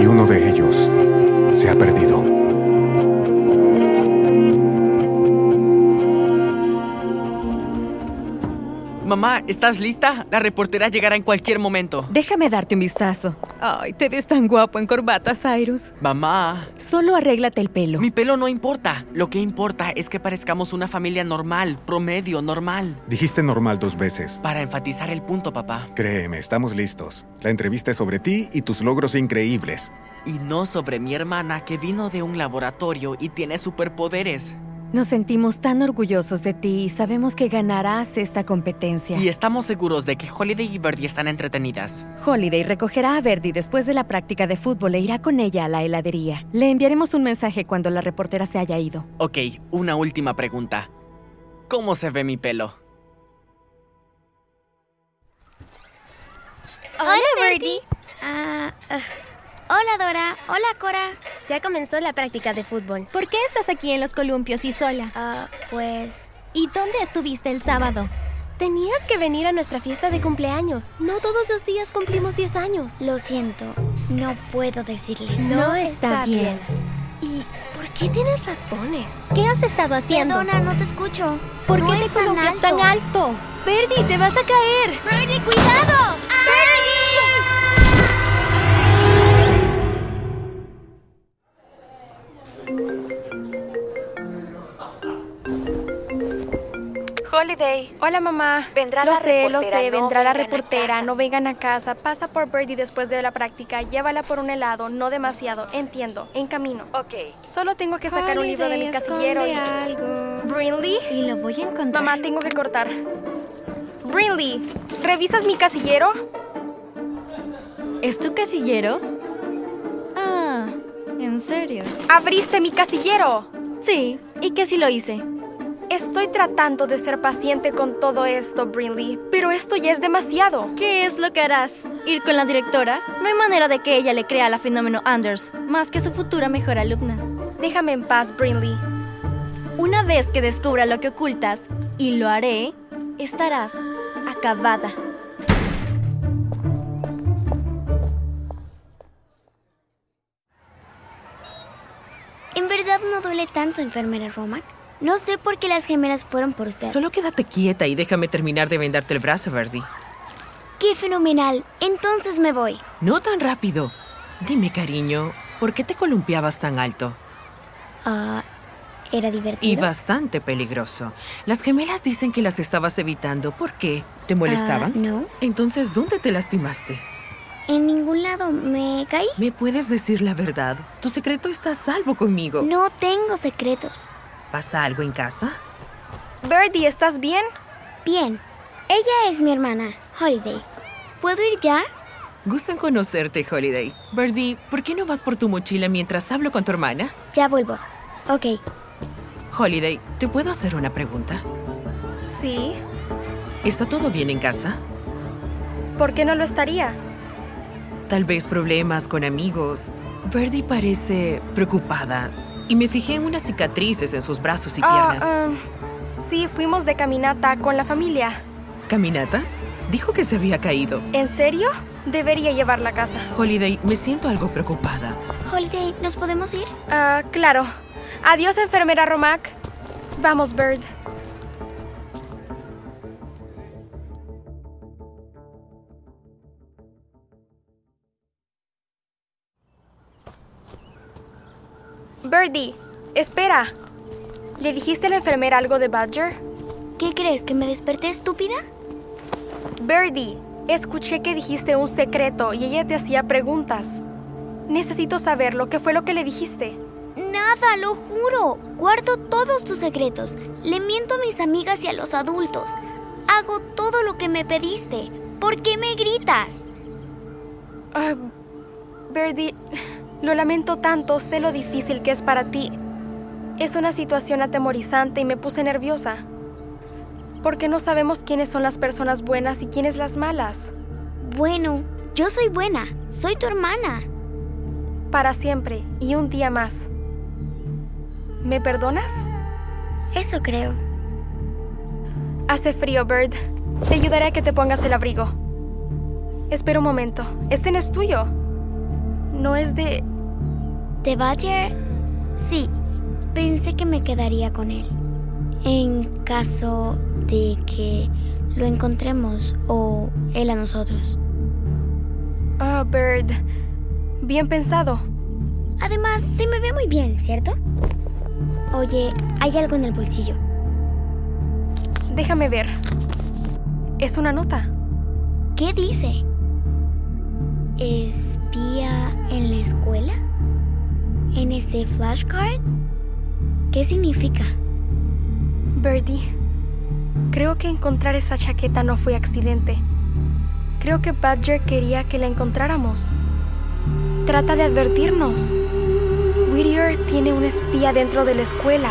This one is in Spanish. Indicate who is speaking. Speaker 1: Y uno de ellos se ha perdido.
Speaker 2: Mamá, ¿estás lista? La reportera llegará en cualquier momento.
Speaker 3: Déjame darte un vistazo. Ay, te ves tan guapo en corbata, Cyrus.
Speaker 2: Mamá,
Speaker 3: Solo arréglate el pelo.
Speaker 2: mi pelo no importa. Lo que importa es que parezcamos una familia normal, promedio, normal.
Speaker 1: Dijiste normal dos veces.
Speaker 2: Para enfatizar el punto, papá.
Speaker 1: Créeme, estamos listos. La entrevista es sobre ti y tus logros increíbles.
Speaker 2: Y no sobre mi hermana que vino de un laboratorio y tiene superpoderes.
Speaker 3: Nos sentimos tan orgullosos de ti y sabemos que ganarás esta competencia.
Speaker 2: Y estamos seguros de que Holiday y Birdie están entretenidas.
Speaker 3: Holiday recogerá a Verdi después de la práctica de fútbol e irá con ella a la heladería. Le enviaremos un mensaje cuando la reportera se haya ido.
Speaker 2: Ok, una última pregunta. ¿Cómo se ve mi pelo?
Speaker 4: Hola, Birdie. Ah, ah. Hola, Dora. Hola, Cora.
Speaker 5: Ya comenzó la práctica de fútbol.
Speaker 4: ¿Por qué estás aquí en los columpios y sola?
Speaker 5: Ah, pues...
Speaker 4: ¿Y dónde estuviste el sábado?
Speaker 5: Tenías que venir a nuestra fiesta de cumpleaños. No todos los días cumplimos 10 años.
Speaker 4: Lo siento, no puedo decirles.
Speaker 5: No está bien.
Speaker 4: ¿Y
Speaker 5: ¿Por qué tienes raspones?
Speaker 4: qué has estado haciendo?
Speaker 5: Perdona,
Speaker 4: no te escucho.
Speaker 5: ¿Por qué te colocas tan alto? Verdi, te vas a caer.
Speaker 4: ¡Birdie, cuidado! ¡Birdie!
Speaker 6: Holiday. Hola, mamá. Vendrá
Speaker 7: Lo
Speaker 6: la
Speaker 7: sé,
Speaker 6: reportera.
Speaker 7: lo sé,
Speaker 6: no
Speaker 7: vendrá la
Speaker 6: vengan a
Speaker 7: reportera,
Speaker 6: casa.
Speaker 7: no vengan a casa, pasa por Birdie después de la práctica, llévala por un helado, no demasiado, entiendo, en camino.
Speaker 6: Ok.
Speaker 7: Solo tengo que sacar un libro de mi casillero y... Brinley,
Speaker 5: Y lo voy a encontrar.
Speaker 7: mamá, tengo que cortar. Brinley, ¿revisas mi casillero?
Speaker 3: ¿Es tu casillero? Ah, ¿en serio?
Speaker 7: ¡Abriste mi casillero!
Speaker 3: Sí, ¿y qué si lo hice?
Speaker 7: Estoy tratando de ser paciente con todo esto, Brinley, pero esto ya es demasiado.
Speaker 8: ¿Qué es lo que harás? ¿Ir con la directora? No hay manera de que ella le crea la fenómeno Anders, más que su futura mejor alumna.
Speaker 7: Déjame en paz, Brinley.
Speaker 8: Una vez que descubra lo que ocultas, y lo haré, estarás acabada.
Speaker 4: En verdad no duele tanto, enfermera Romac. No sé por qué las gemelas fueron por usted.
Speaker 2: Solo quédate quieta y déjame terminar de vendarte el brazo, Birdie.
Speaker 4: ¡Qué fenomenal! Entonces me voy.
Speaker 2: No tan rápido. Dime, cariño, ¿por qué te columpiabas tan alto?
Speaker 4: Ah, era divertido.
Speaker 2: Y bastante peligroso. Las gemelas dicen que las estabas evitando. ¿Por qué? ¿Te molestaban?
Speaker 4: Ah, no.
Speaker 2: Entonces, ¿dónde te lastimaste?
Speaker 4: En ningún lado me caí.
Speaker 2: ¿Me puedes decir la verdad? Tu secreto está a salvo conmigo.
Speaker 4: No tengo secretos.
Speaker 2: ¿Pasa algo en casa?
Speaker 7: Birdie, ¿estás bien?
Speaker 4: Bien, ella es mi hermana, Holiday. ¿Puedo ir ya?
Speaker 2: Gusto en conocerte, Holiday. Birdie, ¿por qué no vas por tu mochila mientras hablo con tu hermana?
Speaker 4: Ya vuelvo. Ok,
Speaker 2: Holiday, ¿te puedo hacer una pregunta?
Speaker 7: Sí.
Speaker 2: ¿Está todo bien en casa?
Speaker 7: ¿Por qué no lo estaría?
Speaker 2: Tal vez problemas con amigos. Birdie parece preocupada. Y me fijé en unas cicatrices en sus brazos y
Speaker 7: Ah,
Speaker 2: piernas.
Speaker 7: um, sí, fuimos de caminata con la familia.
Speaker 2: ¿Caminata? Dijo que se había caído.
Speaker 7: ¿En serio? Debería llevarla a casa.
Speaker 2: Holiday, me siento algo preocupada.
Speaker 4: Holiday, ¿nos podemos ir?
Speaker 7: Ah, claro. Adiós, enfermera Romac. Vamos, Bird. Birdie, espera. ¿Le dijiste a la enfermera algo de Badger?
Speaker 4: ¿Qué crees, que me desperté estúpida?
Speaker 7: Birdie, escuché que dijiste un secreto y ella te hacía preguntas. Necesito saber lo que fue lo que le dijiste.
Speaker 4: Nada, lo juro. Guardo todos tus secretos. Le miento a mis amigas y a los adultos. Hago todo lo que me pediste. ¿Por qué me gritas?
Speaker 7: Ah, Birdie, Lo lamento tanto, sé lo difícil que es para ti. Es una situación atemorizante y me puse nerviosa. Porque no sabemos quiénes son las personas buenas y quiénes las malas.
Speaker 4: Bueno, yo soy buena, soy tu hermana.
Speaker 7: Para siempre y un día más. ¿Me perdonas?
Speaker 4: Eso creo.
Speaker 7: Hace frío, Bird. Te ayudaré a que te pongas el abrigo. Espera un momento. Este no es tuyo. No es de...
Speaker 4: ¿De Badger? Sí, pensé que me quedaría con él. En caso de que lo encontremos o él a nosotros.
Speaker 7: Ah, Bird. Bien pensado.
Speaker 4: Además, se me ve muy bien, ¿cierto? Oye, hay algo en el bolsillo.
Speaker 7: Déjame ver. Es una nota.
Speaker 4: ¿Qué dice? ¿Espía en la escuela? ¿En ese flashcard? ¿Qué significa?
Speaker 7: Birdie, creo que encontrar esa chaqueta no fue accidente. Creo que Badger quería que la encontráramos. Trata de advertirnos. Whittier tiene un espía dentro de la escuela.